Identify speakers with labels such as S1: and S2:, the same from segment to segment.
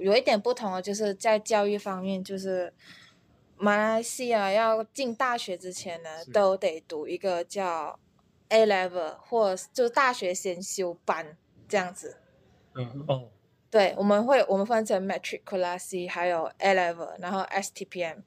S1: 有一点不同的就是在教育方面，就是马来西亚要进大学之前呢
S2: 是，
S1: 都得读一个叫 A level 或就是大学先修班这样子。
S2: 嗯哦，
S1: 对，我们会我们分成 matriculasi 还有 A level，然后 STPM。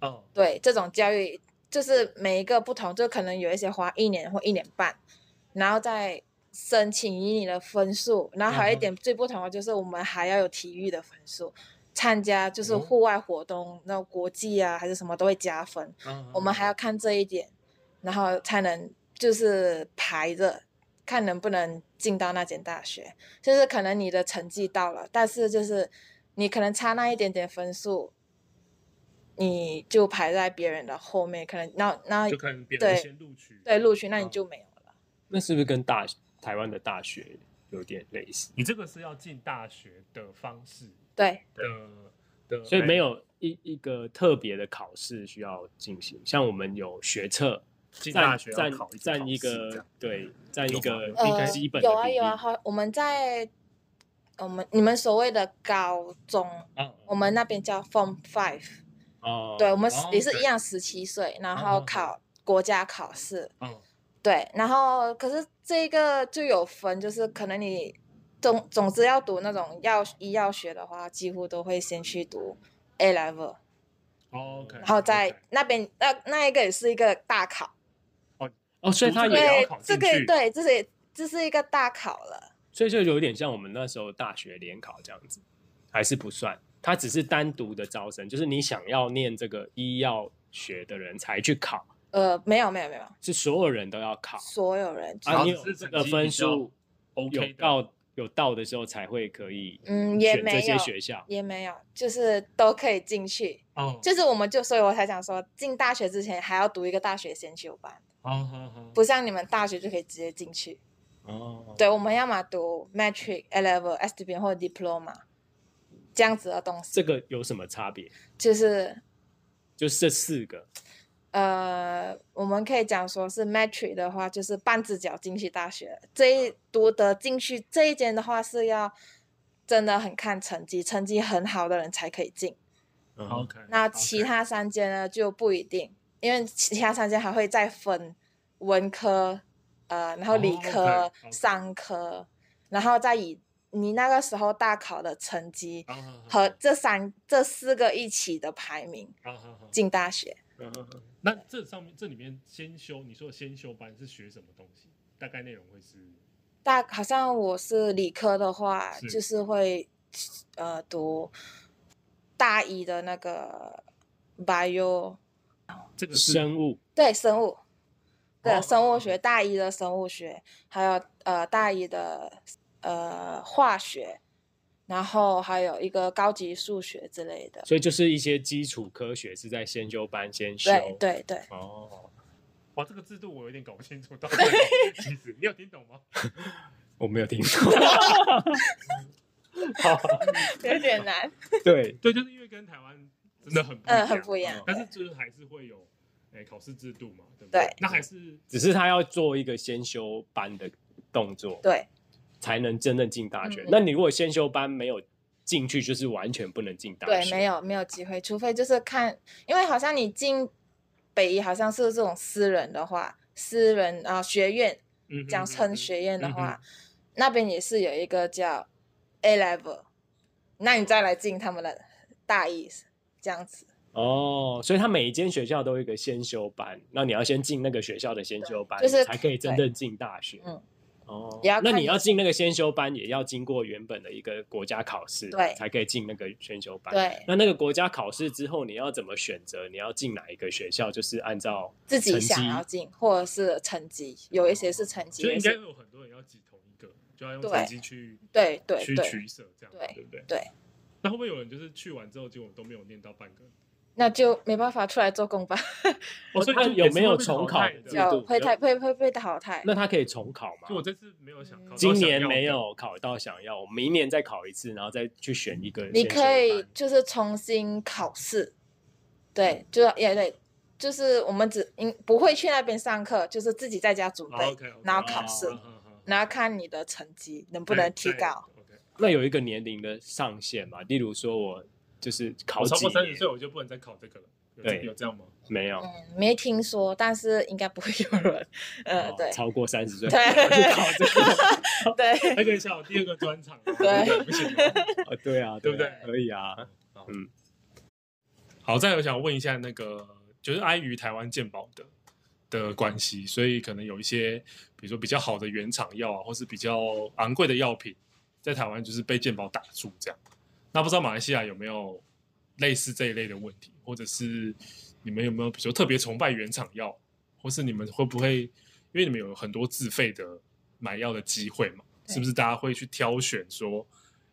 S2: 哦，
S1: 对，这种教育就是每一个不同，就可能有一些花一年或一年半，然后再申请以你的分数，然后还有一点最不同的就是我们还要有体育的分数，参加就是
S2: 哦
S1: 户外活动，那国际啊还是什么都会加分，
S2: 哦
S1: 我们还要看这一点，然后才能就是排着。看能不能进到那间大学，就是可能你的成绩到了，但是就是你可能差那一点点分数，你就排在别人的后面，可能那那
S2: 哦就看别人
S1: 对
S2: 先录取，
S1: 对录取，那你
S3: 嗯
S1: 就
S2: 哦
S1: 没有了。
S3: 那是不是跟大台湾的大学有点类似？
S2: 你这个是要进大学的方式
S1: 对，
S2: 的的，
S3: 所以没有一一个特别的考试需要进行，像我们有学测，
S2: 进
S3: 占
S2: 大学要
S3: 占
S2: 考次
S3: 占一
S2: 考试这
S3: 个
S2: 样
S3: 对占一个
S2: 有吗
S1: 呃，
S3: 基本的
S1: 有啊
S3: 比例
S1: 有啊，好，我们在我们你们所谓的高中，
S2: 啊，
S1: 我们那边叫 Form Five，
S3: 哦，嗯
S1: 对我们
S2: 哦
S1: 也是
S2: 对
S1: 一样十七岁，然
S2: 哦
S1: 后
S2: 哦
S1: 考国家考试，
S2: 嗯
S1: 对，然后可是这个就有分，就是可能你总总之要读那种药医药学的话，几乎都会先去读 A level，
S2: 哦，OK，
S1: 然后在
S2: OK
S1: 那边那那一个也是一个大考，
S3: 哦，所以他
S2: 那也
S3: 也，
S2: 要
S1: 对
S2: 考，进
S1: 这个
S2: 去
S1: 也对，这是这是一个大考了，
S3: 所以就有点像我们那时候大学联考这样子，还是不算，他只是单独的招生，就是你想要念这个医药学的人才去考，
S1: 呃，没有没有没有，
S3: 是所有人都要考，
S1: 所有人就、
S2: 然
S3: 啊，
S2: 后
S3: 你
S2: 只
S3: 有
S2: 是
S3: 这
S2: 成
S3: 个
S2: 绩
S3: 分
S2: 比较
S3: 数有
S2: OK 的，
S3: 到有到的时候才会可以
S1: 嗯也
S3: 选
S1: 没
S3: 这些
S1: 有
S3: 学校。
S1: 也没有，就是都可以进去，
S2: 哦，
S1: 就是我们就所以我才想说，进大学之前还要读一个大学先修班，
S2: 好好好，
S1: 不像你们大学就可以直接进去。
S3: 哦，
S1: 对，我们要么读 metric、A level、S D B 或者 diploma 这样子的东西，
S3: 这个有什么差别？
S1: 就是
S3: 就是这四个
S1: 呃，我们可以讲说是 metric 的话，就是半只脚进去大学，这一读得进去这一间的话是要真的很看成绩，成绩很好的人才可以进。
S3: 嗯
S2: OK，
S1: 那其他三间呢就不一定，因为其他三间还会再分文科，呃，然后理
S2: 哦
S1: 科、
S2: ，OK，OK
S1: 商科，然后再以你那个时候大考的成绩。
S2: 好好好
S1: 和这三这四个一起的排名
S2: 好好好，
S1: 进大学。
S3: 嗯嗯嗯
S2: 那这上面这里面先修，你说的先修班是学什么东西？大概内容会是
S1: 大好像我是理科的话，
S2: 是
S1: 就是会呃读大一的那个 bio
S2: 这个是
S3: 生物
S1: 对生物，对、
S2: 哦
S1: 生物学大一的生物学，还有呃大一的呃化学，然后还有一个高级数学之类的。
S3: 所以就是一些基础科学是在先修班先修。
S1: 对对对，
S3: 哦，
S2: 哇，这个制度我有点搞不清楚 到底在搞。其实你有听懂 吗？
S3: 我没有听 过。好，
S1: 有点难。
S3: 对，
S2: 对，就是因为跟台湾真的很不一
S1: 嗯
S2: 样，
S1: 很不一样
S2: 但是就是还是会有哎考试制度嘛，对不
S1: 对
S2: 那还是
S3: 只是他要做一个先修班的动作，
S1: 对，
S3: 才能真正进大学
S1: 嗯。
S3: 那你如果先修班没有进去，就是完全不能进大
S1: 对，
S3: 学。
S1: 没有没有机会，除非就是看，因为好像你进北医好像是这种私人的话，私人啊、呃学院
S2: 嗯哼
S1: 讲成学院的
S2: 嗯
S1: 话，那边也是有一个叫 A level，那你再来进他们的大一这样子。
S3: 哦，所以他每一间学校都有一个先修班，那你要先进那个学校的先修班，
S1: 就是
S3: 才可以真正进大学。
S1: 嗯，
S3: 哦
S1: 也要，
S3: 那
S1: 看
S3: 你
S1: 你
S3: 要进那个先修班，也要经过原本的一个国家考试，
S1: 对
S3: 才可以进那个先修班。，
S1: 对，
S3: 那那个国家考试之后，你要怎么选择你要进哪一个学校？就是按照
S1: 自己
S3: 成绩
S1: 想要进，或者是成绩，有一些是成绩，
S2: 其实
S1: 有一
S2: 应
S1: 些
S2: 该会有很多人要挤同一个，就要用
S1: 对
S2: 成绩去
S1: 对对
S2: 去
S1: 对，
S2: 取舍，这样
S1: 对
S2: 对不对？
S1: 对。
S2: 那会不会有人就是去完之后，结果都没有念到半个？
S1: 那就没办法出来做工吧，
S2: 哦，所以
S3: 那
S2: 就
S3: 有
S2: 也是
S3: 没有
S2: 会被
S3: 重
S2: 淘汰
S3: 考的制
S2: 的？
S3: 度
S1: 就会
S3: 有
S1: 太会会被淘汰。
S3: 那他可以重考
S2: 就我
S3: 吗？
S2: 这次没有
S1: 嗯
S2: 想考到
S3: 今
S2: 想
S3: 年
S2: 要
S3: 没
S2: 的
S3: 有考到想要，我明年再考一次，然后再去选一个先
S1: 你
S3: 修班。
S1: 可以就是重新考试，对，就是也对，就是我们只应不会去那边上课，就是自己
S2: 啊
S1: 在家准备，
S2: 哦，OK，OK，
S1: 然后
S2: 哦
S1: 考试
S2: 好好好
S1: 然后看你的成绩能不能提高。
S2: 对对
S3: 那有一个年龄的上限嘛？例如说我就是考
S2: 我超
S3: 几
S2: 过三十
S3: 年
S2: 岁我就不能再考这个了。有这
S3: 对
S2: 有这样吗？
S3: 没有，
S1: 嗯，没听说，但是应该不会有人，呃，
S3: 哦
S1: 对
S3: 超过三十岁
S1: 对
S3: 我就考这个，
S1: 对，
S2: 那个是我第二个专场，
S1: 对
S2: 不行吗。
S3: 哦对 啊，
S2: 对不
S3: 啊可以啊，
S2: 好，再我想问一下那个，就是碍于台湾健保的的关系，所以可能有一些，比如说比较好的原厂药啊，或是比较昂贵的药品，在台湾就是被健保打住这样。那不知道马来西亚有没有类似这一类的问题，或者是你们有没有，比如说特别崇拜原厂药，或是你们会不会，因为你们有很多自费的买药的机会嘛，
S1: 对
S2: 是不是大家会去挑选说，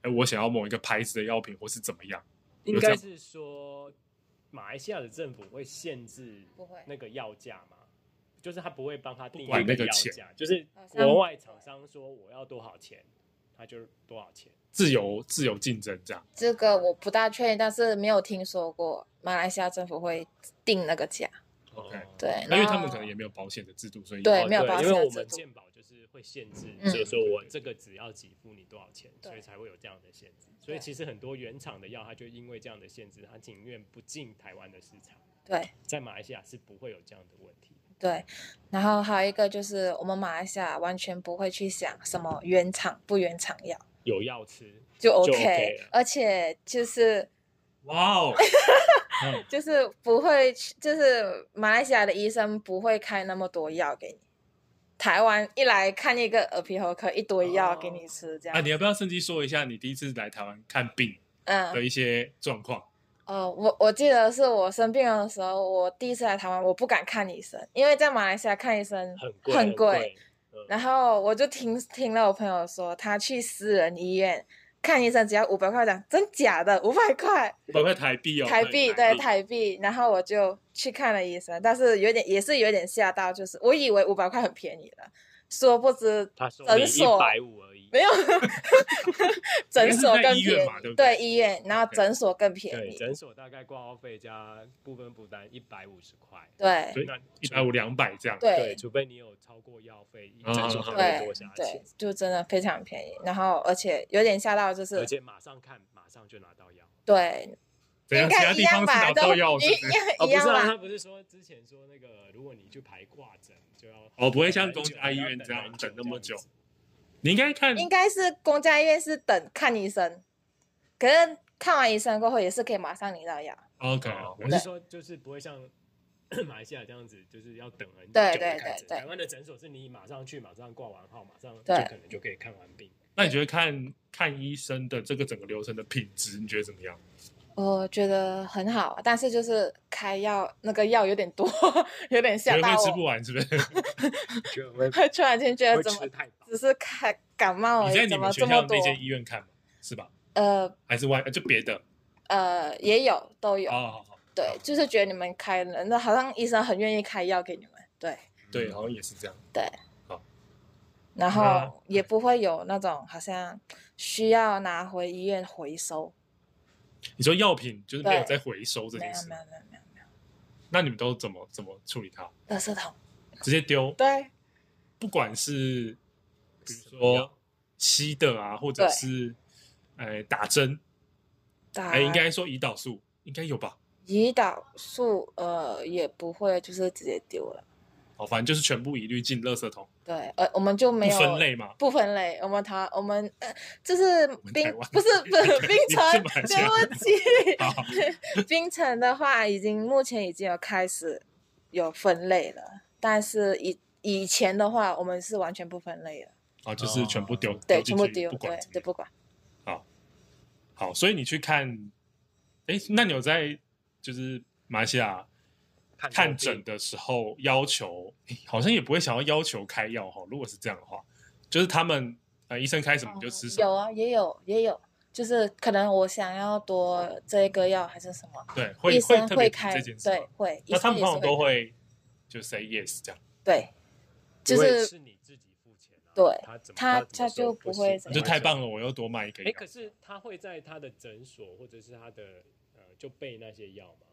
S2: 哎，我想要某一个牌子的药品，或是怎么样？
S3: 应该是说马来西亚的政府会限制
S1: 不会
S3: 那个药价嘛，就是他不会帮他定
S2: 不管
S3: 一个
S2: 那个
S3: 药
S2: 钱
S3: 价，就是
S1: 好像
S3: 国外厂商说我要多少钱，他就多少钱。
S2: 自由自由竞争这样。
S1: 这个我不大确定，但是没有听说过马来西亚政府会定那个价，
S2: OK
S1: 对
S2: 那因为他
S1: 然
S2: 们可
S1: 后
S2: 能也没有保险的制度，所以
S1: 对
S3: 哦
S1: 没有保险
S3: 因
S1: 的
S3: 为我们
S1: 制度
S3: 健保就是会限制，
S1: 嗯
S3: 就是说我这个只要给付你多少钱，
S1: 对
S3: 所以才会有这样的限制。所以其实很多原厂的药，它就因为这样的限制，它宁愿不进台湾的市场，
S1: 对
S3: 在马来西亚是不会有这样的问题。
S1: 对。然后还有一个就是，我们马来西亚完全不会去想什么原厂不原厂药，
S3: 有药吃，
S1: 就 OK，,
S3: OK 了
S1: 而且就是
S2: 哇哦，嗯
S1: 就是不会去，就是马来西亚的医生不会开那么多药给你。台湾一来看一个耳鼻喉科，一堆药给
S3: 哦
S1: 你吃，这样。
S2: 啊，你要不要趁机说一下你第一次来台湾看病
S1: 嗯
S2: 的一些状况？
S1: 哦，我我记得是我生病的时候，我第一次来台湾，我不敢看医生，因为在马来西亚看医生
S3: 很贵，嗯
S1: 很
S3: 贵。
S1: 然后我就听听了我朋友说，他去私人医院看医生只要五百块，我讲真假的五百块
S2: 包括台币哦，
S1: 台币，对
S2: 台
S1: 台币。然后我就去看了医生，但是有点也是有点吓到，就是我以为五百块很便宜了，殊不知
S3: 他说
S1: 诊
S3: 你一
S1: 所
S3: 百五而已，
S1: 没 有，诊
S2: 是
S1: 所
S2: 在
S1: 更
S2: 医院
S1: 便
S2: 嘛
S1: 宜，
S2: 对不对
S1: 医院，然后
S2: OK
S1: 诊所更便
S3: 对，
S1: 宜，
S3: 诊所大概挂号费加部分负担一百五十块。
S1: 对
S2: 所以
S3: 那
S2: 一百五啊两百这样。
S1: 对
S3: 对，除非你有超过药费，诊所才会
S1: 对
S3: 多加
S1: 对
S3: 钱，，
S1: 就真的非常便宜。然后而且有点吓到，就
S3: 而
S1: 是
S3: 且马上看，马上就拿到药。
S1: 对，
S2: 怎
S1: 应
S2: 啊样？其他
S1: 该一
S2: 地
S1: 样
S2: 方是
S1: 吧，
S2: 拿
S1: 都
S2: 到
S1: 一
S2: 药是不是
S1: 样
S3: 哦，
S1: 一
S3: 不是
S1: 样
S3: 啊，
S1: 吧
S3: 他。不是说之前说那个，如果你去排挂诊就要
S2: 哦，不会像公
S3: 公
S2: 家医院这样等那么久。你应该看
S1: 应该是公家医院是等看医生，可是看完医生过后也是可以马上领到药。
S2: OK，
S1: 啊
S3: 哦我是说就是不会像 马来西亚这样子，就是要等很久
S1: 对
S3: 才
S1: 对
S3: 看
S1: 对
S3: 诊
S1: 对
S3: 台湾的诊所是你马上去，马上挂完号，马上就
S1: 对
S3: 可能就可以看完病。
S2: 那你觉得看看医生的这个整个流程的品质，你觉得怎么样？
S1: 我觉得很好，但是就是开药那个药有点多， 有点吓
S2: 因为
S1: 到
S2: 吃不
S1: 我。
S2: 完是 不是？你
S3: 就会
S1: 会 突然间觉得
S3: 会
S1: 怎么嗯
S3: 吃太饱。
S1: 只是感感冒而
S2: 在
S1: 已，
S2: 你
S1: 怎
S2: 们
S1: 么
S2: 学
S1: 这么
S2: 校
S1: 多
S2: 那？间医院看吗？是吧？
S1: 呃
S2: 还是外呃就别的？
S1: 呃，也有都有，
S2: 哦，好好
S1: 对，就是觉得你们开了，那好像医生很愿意开药给你们，对。
S3: 嗯
S2: 对，好像也是这样。
S1: 然
S2: 那
S1: 后也不会有那种好像需要拿回医院回收，
S2: 你说药品就是没有
S1: 对
S2: 在回收这
S1: 没
S2: 件
S1: 有
S2: 事
S1: 没，有没有没有，
S2: 那你们都怎么怎么处理它？
S1: 垃圾桶，
S2: 直接丢，
S1: 对
S2: 不管是比如
S3: 什么
S2: 说
S3: 药
S2: 吸的啊，或者
S1: 对
S2: 是呃打针，
S1: 打啊
S2: 哎，应该说胰岛素应该有吧？
S1: 胰岛素呃也不会就是直接丢了，
S2: 哦，反正就是全部一律进垃圾桶，
S1: 对，呃我们就
S2: 不
S1: 没有
S2: 分类嘛。
S1: 不分类，我们台我们呃就是
S2: 们
S1: 冰
S2: 台湾
S1: 不是不是冰城，
S2: 马来西亚
S1: 对不
S2: 好
S1: 起，冰城的话已经目前已经有开始有分类了，但是以以前的话我们是完全不分类的，
S2: 哦，就是全部丢，
S1: 对，
S2: 进
S1: 全部
S2: 去
S1: 丢，
S2: 不
S1: 对
S2: 管怎么
S1: 对
S2: 样。
S1: 不管。
S2: 好，所以你去看，哎，那你有在就是马来西亚看诊的时候要求，诶好像也不会想要要求开药哈。如果是这样的话，就是他们呃医生开什么你就吃什么，
S1: 有啊，也有也有，就是可能我想要多这个药还是什么，
S2: 对，
S1: 医
S2: 会
S1: 生
S2: 特别提
S1: 开，
S2: 这件事吗。
S1: 对会，医
S2: 那他
S1: 生
S2: 们
S1: 也
S2: 通
S1: 是
S2: 常都
S1: 会开
S2: 会就 say yes 这样，
S1: 对，就
S3: 因为
S1: 是
S3: 是你自己付钱啊，
S1: 对
S3: 他怎么
S1: 他
S3: 他怎
S1: 他
S3: 么
S1: 就
S3: 说
S1: 不
S3: 不
S1: 会
S3: 行啊
S1: 怎么
S2: 就
S1: 样
S2: 太棒了，我又多卖一个
S3: 哎，
S2: 药。
S3: 可是他会在他的诊所或者是他的呃就备那些药吗？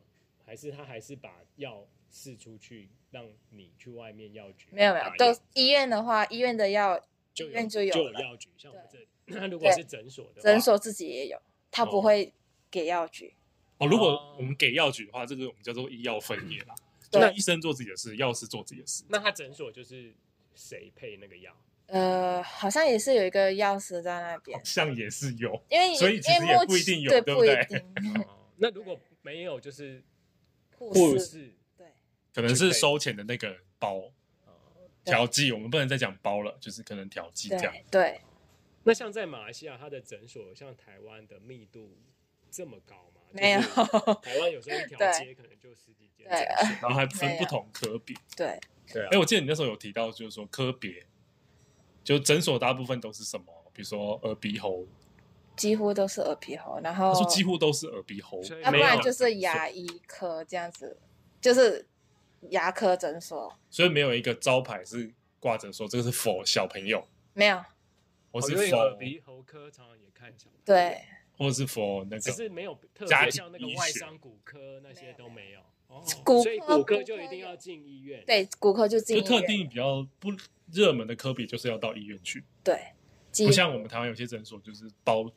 S3: 还是他还是把药释出去，让你去外面药局打
S1: 没有
S3: 药？
S1: 没有，都医院的话，医院的药
S3: 就
S1: 医
S3: 有
S1: 院就有
S3: 有
S1: 了
S3: 药局，像我们这
S1: 对
S3: 里，那如果
S1: 对
S3: 是诊所的话，
S1: 诊所自己也有，他
S3: 哦
S1: 不会给药局。
S2: 哦，如
S3: 哦
S2: 果我们给药局的话，这个我们叫做医药分业啦。
S1: 对
S2: 那医生做自己的事，药师做自己的事。
S3: 那他诊所就是谁配那个药？
S1: 呃，好像也是有一个药师在那边
S2: 好，像也是有，
S1: 因为
S2: 所以其实
S1: 因为
S2: 也
S1: 目
S2: 不一
S1: 前
S2: 定有
S1: 对，
S2: 对不
S1: 不一
S2: 对
S1: 定。
S3: 哦那如果没有，就是
S1: 护士
S3: 士。
S1: 对
S2: 可能是收钱的那个人包
S3: 哦
S1: 对
S2: 调剂，我们不能再讲包了，就是可能调剂这样。
S1: 对对，
S3: 那像在马来西亚，它的诊所像台湾的密度这么高吗？
S1: 没有
S3: 就是台湾有时候一条街可能就十几间
S1: 对
S3: 诊所。
S2: 然后还分
S1: 对啊
S2: 不同科别。
S1: 对
S3: 对啊
S2: 哎、我记得你那时候有提到，就是说科别，就诊所大部分都是什么？比如说耳鼻喉，
S1: 哦几乎都是耳鼻喉，然后
S2: 他说几乎都是耳鼻喉，
S3: 所以
S1: 啊要不
S3: 没有
S1: 然就是牙医科这样子，就是牙科诊所
S2: 所以没有一个招牌是挂着说这个是否小朋友，
S1: 没有。
S2: 或是
S3: 因为
S2: 否，
S3: 耳鼻喉科常常也看小朋友，
S1: 对，
S2: 或是否那
S3: 只
S2: 个
S3: 是没有特
S2: 家庭
S3: 别像那个
S2: 医
S3: 外
S2: 学
S3: 伤骨科那些都没有。哦，
S1: 骨
S3: 所以
S1: 科
S3: 骨科
S1: 骨
S3: 就
S1: 科
S3: 一定
S1: 有
S3: 要进医院。，
S1: 对，骨科就进
S2: 就
S1: 医
S2: 特
S1: 院
S2: 定比较不热门的科别，就是要到医院去，
S1: 对，几
S2: 不像我们台湾有些诊所就是包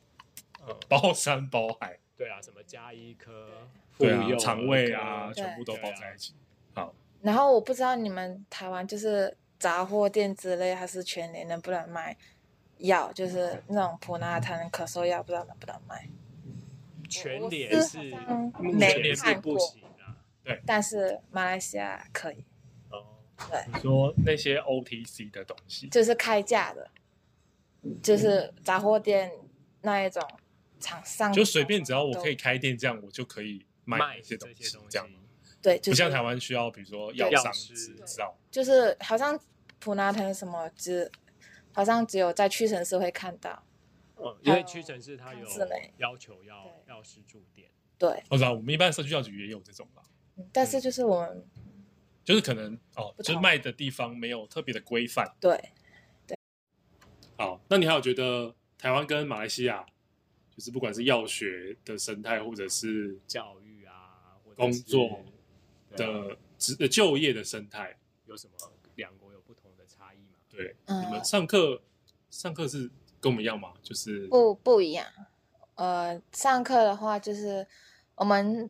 S3: 嗯，
S2: 包山包海，
S3: 对啊，什么加医科、妇
S2: 对啊
S3: 幼，儿
S2: 肠胃啊，
S3: 科
S1: 对
S2: 全部都
S3: 对
S2: 包
S3: 啊
S2: 在一起。
S1: 然后我不知道你们台湾就是杂货店之类，还是全联能不能卖药，就是
S2: 嗯
S1: 那种普拿疼、咳嗽药，不知道能不能卖。
S3: 全
S1: 我
S3: 脸
S1: 是
S3: 是
S1: 好像
S3: 目
S1: 没
S3: 前是
S1: 看
S3: 不
S1: 过
S3: 行啊。
S1: 但是马来西亚可以，
S3: 哦，
S1: 对，
S2: 你说那些 OTC 的东西，
S1: 就是开价的，就是杂货店那一种厂商，
S2: 就随便只要我可以，开店，这样我就可以卖
S3: 卖
S2: 一些
S3: 这
S2: 东
S3: 些
S2: 西
S3: 东，
S2: 这样。
S1: 对，就
S2: 不
S1: 是
S2: 像台湾需要，比如说药
S1: 对
S2: 商
S3: 药师
S2: 执照，
S1: 就是好像普拿疼什么只，好像只有在屈臣氏会看到，
S3: 嗯，因为
S1: 哦
S3: 屈臣氏它有
S1: 康士美
S3: 要求要
S1: 对
S3: 药师驻点，
S1: 对，
S2: 哦啊我知道我们一般社区药局也有这种啦，
S1: 嗯但是就是我们
S2: 就是可能哦，
S1: 不
S2: 就是
S1: 同
S2: 卖的地方没有特别的规范。
S1: 对
S2: 好，那你还有觉得台湾跟马来西亚，就是不管是药学的生态，或者是
S3: 教育啊，或者
S2: 工作
S3: 是对啊
S2: 的职呃就业的生态，
S3: 有什么两国有不同的差异吗？
S2: 对、
S1: 嗯
S2: 你们上课上课是跟我们一样吗？就是
S1: 不不一样。呃，上课的话就是我们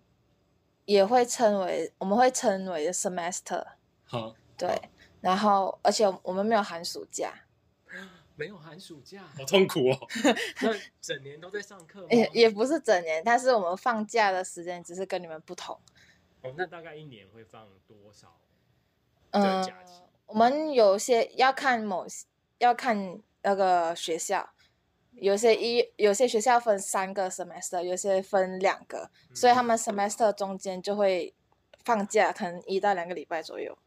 S1: 也会称为我们会称为 semester，
S2: 好
S3: 哦
S1: 对，然后而且我们没有寒暑假，
S3: 没有寒暑假，
S2: 好痛苦哦，
S3: 那整年都在上课吗？
S1: 也也不是整年，但是我们放假的时间只是跟你们不同。
S3: 哦，那大概一年会放多少？
S1: 嗯、
S3: 假期
S1: 我们有些要看某些要看那个学校，有些一有些学校分三个 semester，有些分两个，
S3: 嗯
S1: 所以他们 semester 中间就会放假，可能一到两个礼拜左右。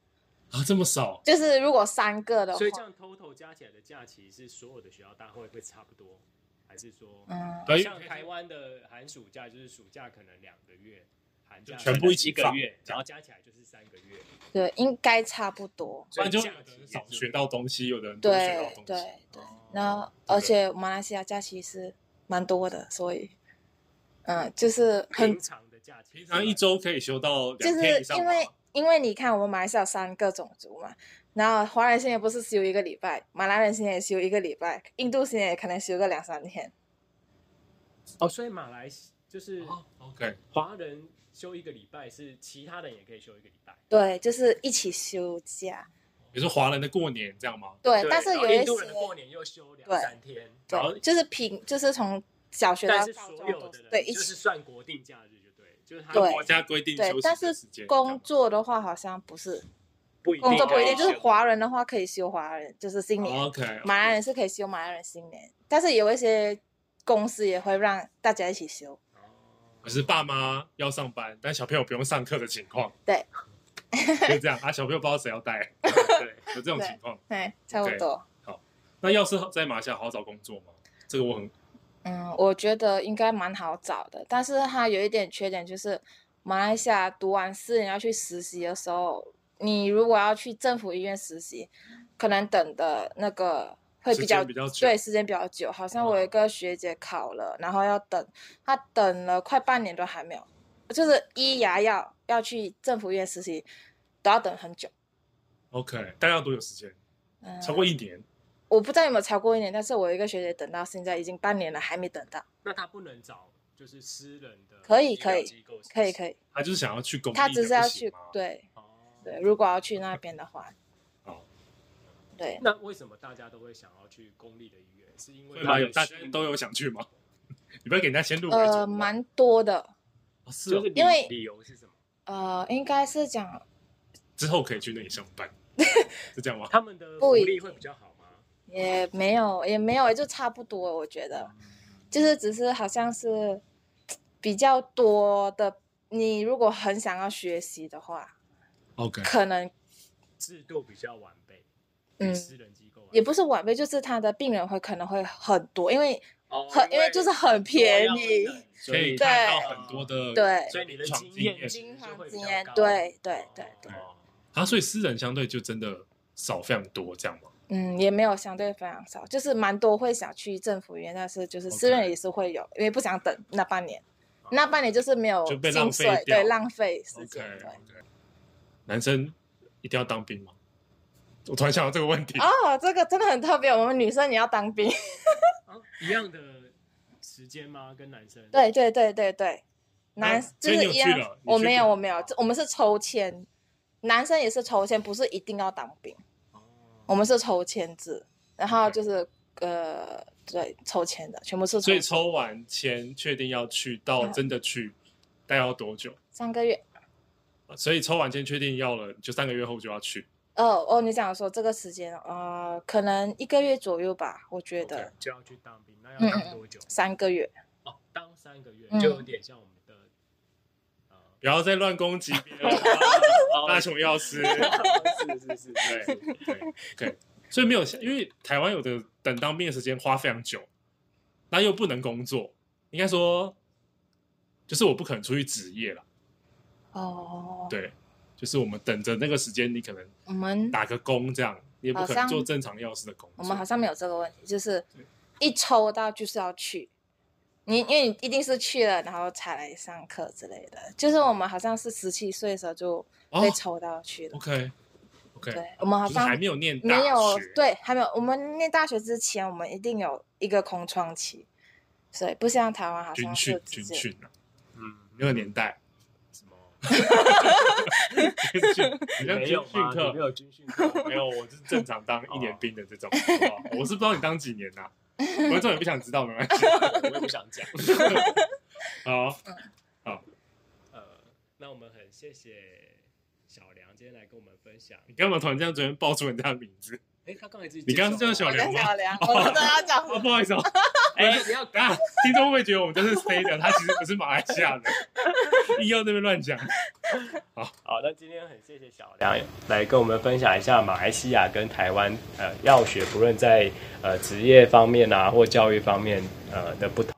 S2: 啊这么少，
S1: 就是如果三个的话，
S3: 所以这样 total 加起来的假期是所有的学校大会会差不多，还是说
S1: 嗯，
S2: 对
S3: 像台湾的寒暑假就是暑假可能两个月，寒假
S2: 全部一起
S3: 一个
S2: 放
S3: 月，然后加起来就是三个月，
S1: 对，应该差不多。
S2: 不
S3: 所以
S2: 然就
S3: 假
S2: 有的
S3: 期
S2: 人少
S3: 也是
S2: 学到东西，有的人多学到
S1: 对
S2: 东西。
S1: 对对
S3: 哦，
S1: 然后
S2: 对
S1: 而且马来西亚假期是蛮多的，所以嗯，就是很
S3: 平常的假期，
S2: 平常一周可以休到
S1: 就
S2: 两天
S1: 是
S2: 以上
S1: 因
S2: 吗？
S1: 为因为你看，我们马来西亚有三个种族嘛，然后华人现在不是休一个礼拜，马来人现在也休一个礼拜，印度现在也可能休个两三天。
S3: 哦，所以马来西就是
S2: 哦 OK，
S3: 华人休一个礼拜，是其他人也可以休一个礼拜。
S1: 对，就是一起休假。
S2: 比如说华人的过年这样吗？
S1: 对，但是
S3: 然
S1: 有
S3: 后
S1: 一
S3: 印度人
S1: 些
S3: 的过年又休两
S1: 对
S3: 三天，然后
S1: 对，就是平，就是从小学到
S3: 但是
S1: 高
S3: 所
S1: 中
S3: 有
S1: 都
S3: 的人
S1: 对一
S3: 就是
S1: 起
S3: 算国定假日就对，就是他
S1: 对
S2: 国家规定
S1: 对
S2: 休，息
S1: 但
S2: 的
S1: 是
S2: 时间。
S1: 工作的话好像不是
S3: 不一定
S1: 工作不一定，
S2: 哦
S1: 就是华人的话可以休华人，就是新年。
S2: OK，哦
S1: 马来人是可以休马来人新年，但是有一些公司也会让大家一起休。
S3: 哦
S2: 可是爸妈要上班，但小朋友不用上课的情况，
S1: 对，
S2: 就这样啊。小朋友不知道谁 要带，
S3: 对，
S2: 有这种情况。
S1: 对，哎差不
S2: OK
S1: 多。
S2: 那要是在马来西亚好找工作吗？这个我很
S1: 嗯，我觉得应该蛮好找的，但是它有一点缺点就是，马来西亚读完四年要去实习的时候，你如果要去政府医院实习，可能等的那个会
S2: 时
S1: 比
S2: 间
S1: 较
S2: 比较久哦
S1: 对时间比较久。好像我有一个学姐考了，然后要等，她等了快半年都还没有，就是医牙要要去政府医院实习，都要等很久。
S2: OK，但要多久时间？
S1: 嗯，
S2: 超过一年
S1: 我不知道有没有超过一年，但是我有一个学姐等到现在已经半年了，还没等到。
S3: 那他不能找就是私人的
S1: 可以
S3: 医疗
S1: 可以
S3: 机构是不是，
S1: 可以可以，
S2: 他就是想要去公立的，
S1: 她只是要
S2: 哦不行
S1: 去
S2: 吗，
S1: 对
S3: 哦
S1: 对，如果要去那边的话，
S2: 哦，
S1: 对，
S3: 那为什么大家都会想要去公立的医院？是因为
S2: 会吗？
S3: 它
S2: 有大家
S3: 宣
S2: 都有想去吗？ 你不要给人家先入为主
S1: 呃，
S2: 嘛。
S1: 蛮多的，
S2: 哦是
S3: 就
S2: 哦
S3: 是理
S1: 因为
S3: 理由是什么？
S1: 呃，应该是讲
S2: 之后可以去那里上 班，是这样吗？
S3: 他们的福
S1: 不一
S3: 利会比较好吗？
S1: 也没有，也没有，就差不多，我觉得，就是只是好像是比较多的。你如果很想要学习的话，
S2: OK，
S1: 可能
S3: 制度比较完备，比
S1: 嗯，
S3: 私人机构完备
S1: 也不是晚辈，就是他的病人会可能会很多，因为
S3: 哦
S1: 很因为就是很便宜
S3: 多样的
S2: 可
S1: 对
S2: 以看到很多的
S1: 对
S3: 所以你的
S2: 闯
S3: 经
S2: 经
S3: 验
S2: 验
S3: 值
S1: 经
S3: 就会
S1: 常
S3: 比
S1: 经
S3: 较
S1: 验
S3: 高，
S1: 对对对对，
S3: 哦
S2: 啊，所以私人相对就真的少非常多，这样吗？
S1: 嗯，也没有相对非常少，就是蛮多会想去政府医院，但是就是私人
S2: OK 哦
S1: 也是会有因为不想等那半年，那半年就是没有
S2: 就被浪
S1: 薪
S2: 费
S1: 水，
S2: 掉
S1: 对，浪费时
S2: OK
S1: 间对。
S2: OK，男生一定要当兵吗？我突然想到这个 问题，
S1: 哦，这个真的很特别，我们女生也要当兵。
S3: 啊一样的时间吗？跟男生
S1: 对对对对对，男、
S2: 啊
S1: 就
S2: 所以你
S1: 是
S2: 有
S1: 一样
S2: 去了，你
S1: 我
S2: 去
S1: 没
S2: 过
S1: 有我没有，这我们是抽签，男生也是抽签，不是一定要当兵，我
S3: 哦，
S1: 们是抽签制，然后
S2: OK
S1: 就是呃对抽签的，全部是抽
S2: 所以
S1: 签
S2: 抽完签确定要去到真的去，大概要多久？
S1: 三个月。
S2: 所以抽完签确定要了，就三个月后就要去。
S1: 哦哦，你想说这个时间呃，可能一个月左右吧，我觉得
S3: OK，就要去当兵，那要
S1: 嗯
S3: 当多久？
S1: 三个月。
S3: 哦，当三个月
S1: 嗯
S3: 就有点像我们 的呃，
S2: 不要再乱攻击别 人了，大
S3: 是
S2: 雄药师。
S3: 哦是是是，
S2: 对对对，所以没有，因为台湾有的等当兵的时间花非常久，那又不能工作，应该说就是我不可能出去职业了。
S1: 哦，
S2: 对，就是我们等着那个时间，你可能
S1: 我们
S2: 打个工这样，你也不可
S1: 好
S2: 能
S1: 像
S2: 做正常药师的工作。
S1: 我们好像没有这个问题，就是
S2: 对
S1: 一抽到就是要去，你因为你一定是去了，然后才来上课之类的。就是我们好像是十七岁的时候就被
S2: 哦
S1: 抽到去了，
S2: OK OK，
S1: 对我们好
S2: 就是还
S1: 像
S2: 没有念大
S1: 没有
S2: 学，
S1: 对，还没有。我们念大学之前，我们一定有一个空窗期，所以不像台湾好
S2: 军
S1: 像
S2: 训
S1: 是直
S2: 军
S1: 接
S2: 训啊，
S3: 嗯，
S2: 那个年代
S3: 什么？
S2: 军 训，好像军
S3: 没有
S2: 训
S3: 吗你没
S2: 课。
S3: 有哦军训 课吗，
S2: 没有，我是正常 当一年兵的这种，好不好我是不知道你当几年呐、啊观众也不想知道，没关系。
S3: 我也不想 讲。
S2: 好，
S3: 呃，那我们很谢谢小梁今天来跟我们分享。
S2: 你干嘛突然这样昨天报出人家的名字？
S3: 哎，他刚才自己
S2: 你刚刚是
S3: 介绍
S2: 叫小
S1: 我
S2: 梁
S1: 跟
S2: 吗
S1: 小梁，我真的要讲
S2: 啊，不好意思哦，
S3: 哎，不要
S2: 啊，听众会不会觉得我们都是 stay 的？他其实不是马来西亚的， 硬要那边乱讲。
S3: 好，那今天很谢谢小梁来跟我们分享一下马来西亚跟台湾呃药学，不论在呃职业方面啊或教育方面呃的不同。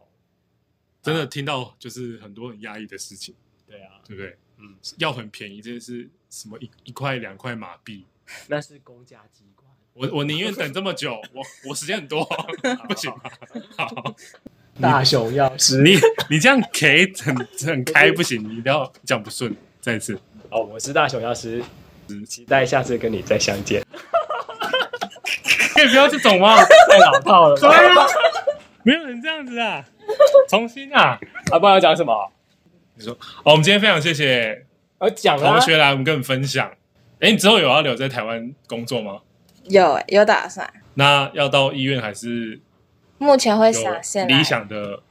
S2: 真的听到就是很多很压抑的事情，
S3: 对啊，
S2: 对不对？
S3: 嗯，
S2: 药很便宜，这件事什么一一块两块马币，
S3: 那是公家机关。
S2: 我我宁愿等这么久，我我时间很多，不行吗？好，
S3: 大雄药师，
S2: 你你这样 K 很很开不行，你一定要讲不顺。再一次，
S3: 哦，我是大雄药师，期待下次跟你再相见。
S2: 可以不要这种吗？
S3: 太老套了吧，
S2: 对 啊，没有人这样子啊，重新啊。
S3: 啊，不然要讲什么？
S2: 你说，好，我们今天非常谢谢
S3: 我讲啊
S2: 同，学来我们跟我们分享。哎，你之后有要留在台湾工作吗？
S1: 有有打算，
S2: 那要到医院还是
S1: 目前会想
S2: 有
S1: 先
S2: 理
S1: 来，
S2: 想的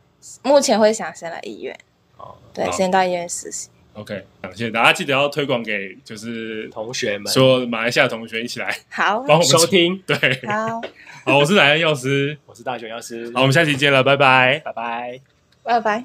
S1: 目前会想先来医院，
S3: 哦
S1: 对
S2: 好，
S1: 先到医院实习。
S2: ？OK，感谢大家，记得要推广给就是
S3: 同学们
S2: 所有马来西亚同学一起来
S1: 好，
S2: 帮我们
S3: 收。听，
S2: 对，
S1: 好，
S2: 好，我是莱恩药师，
S3: 我是大雄药师，
S2: 好，我们下期见了，拜拜。
S3: 拜拜。
S1: 拜拜。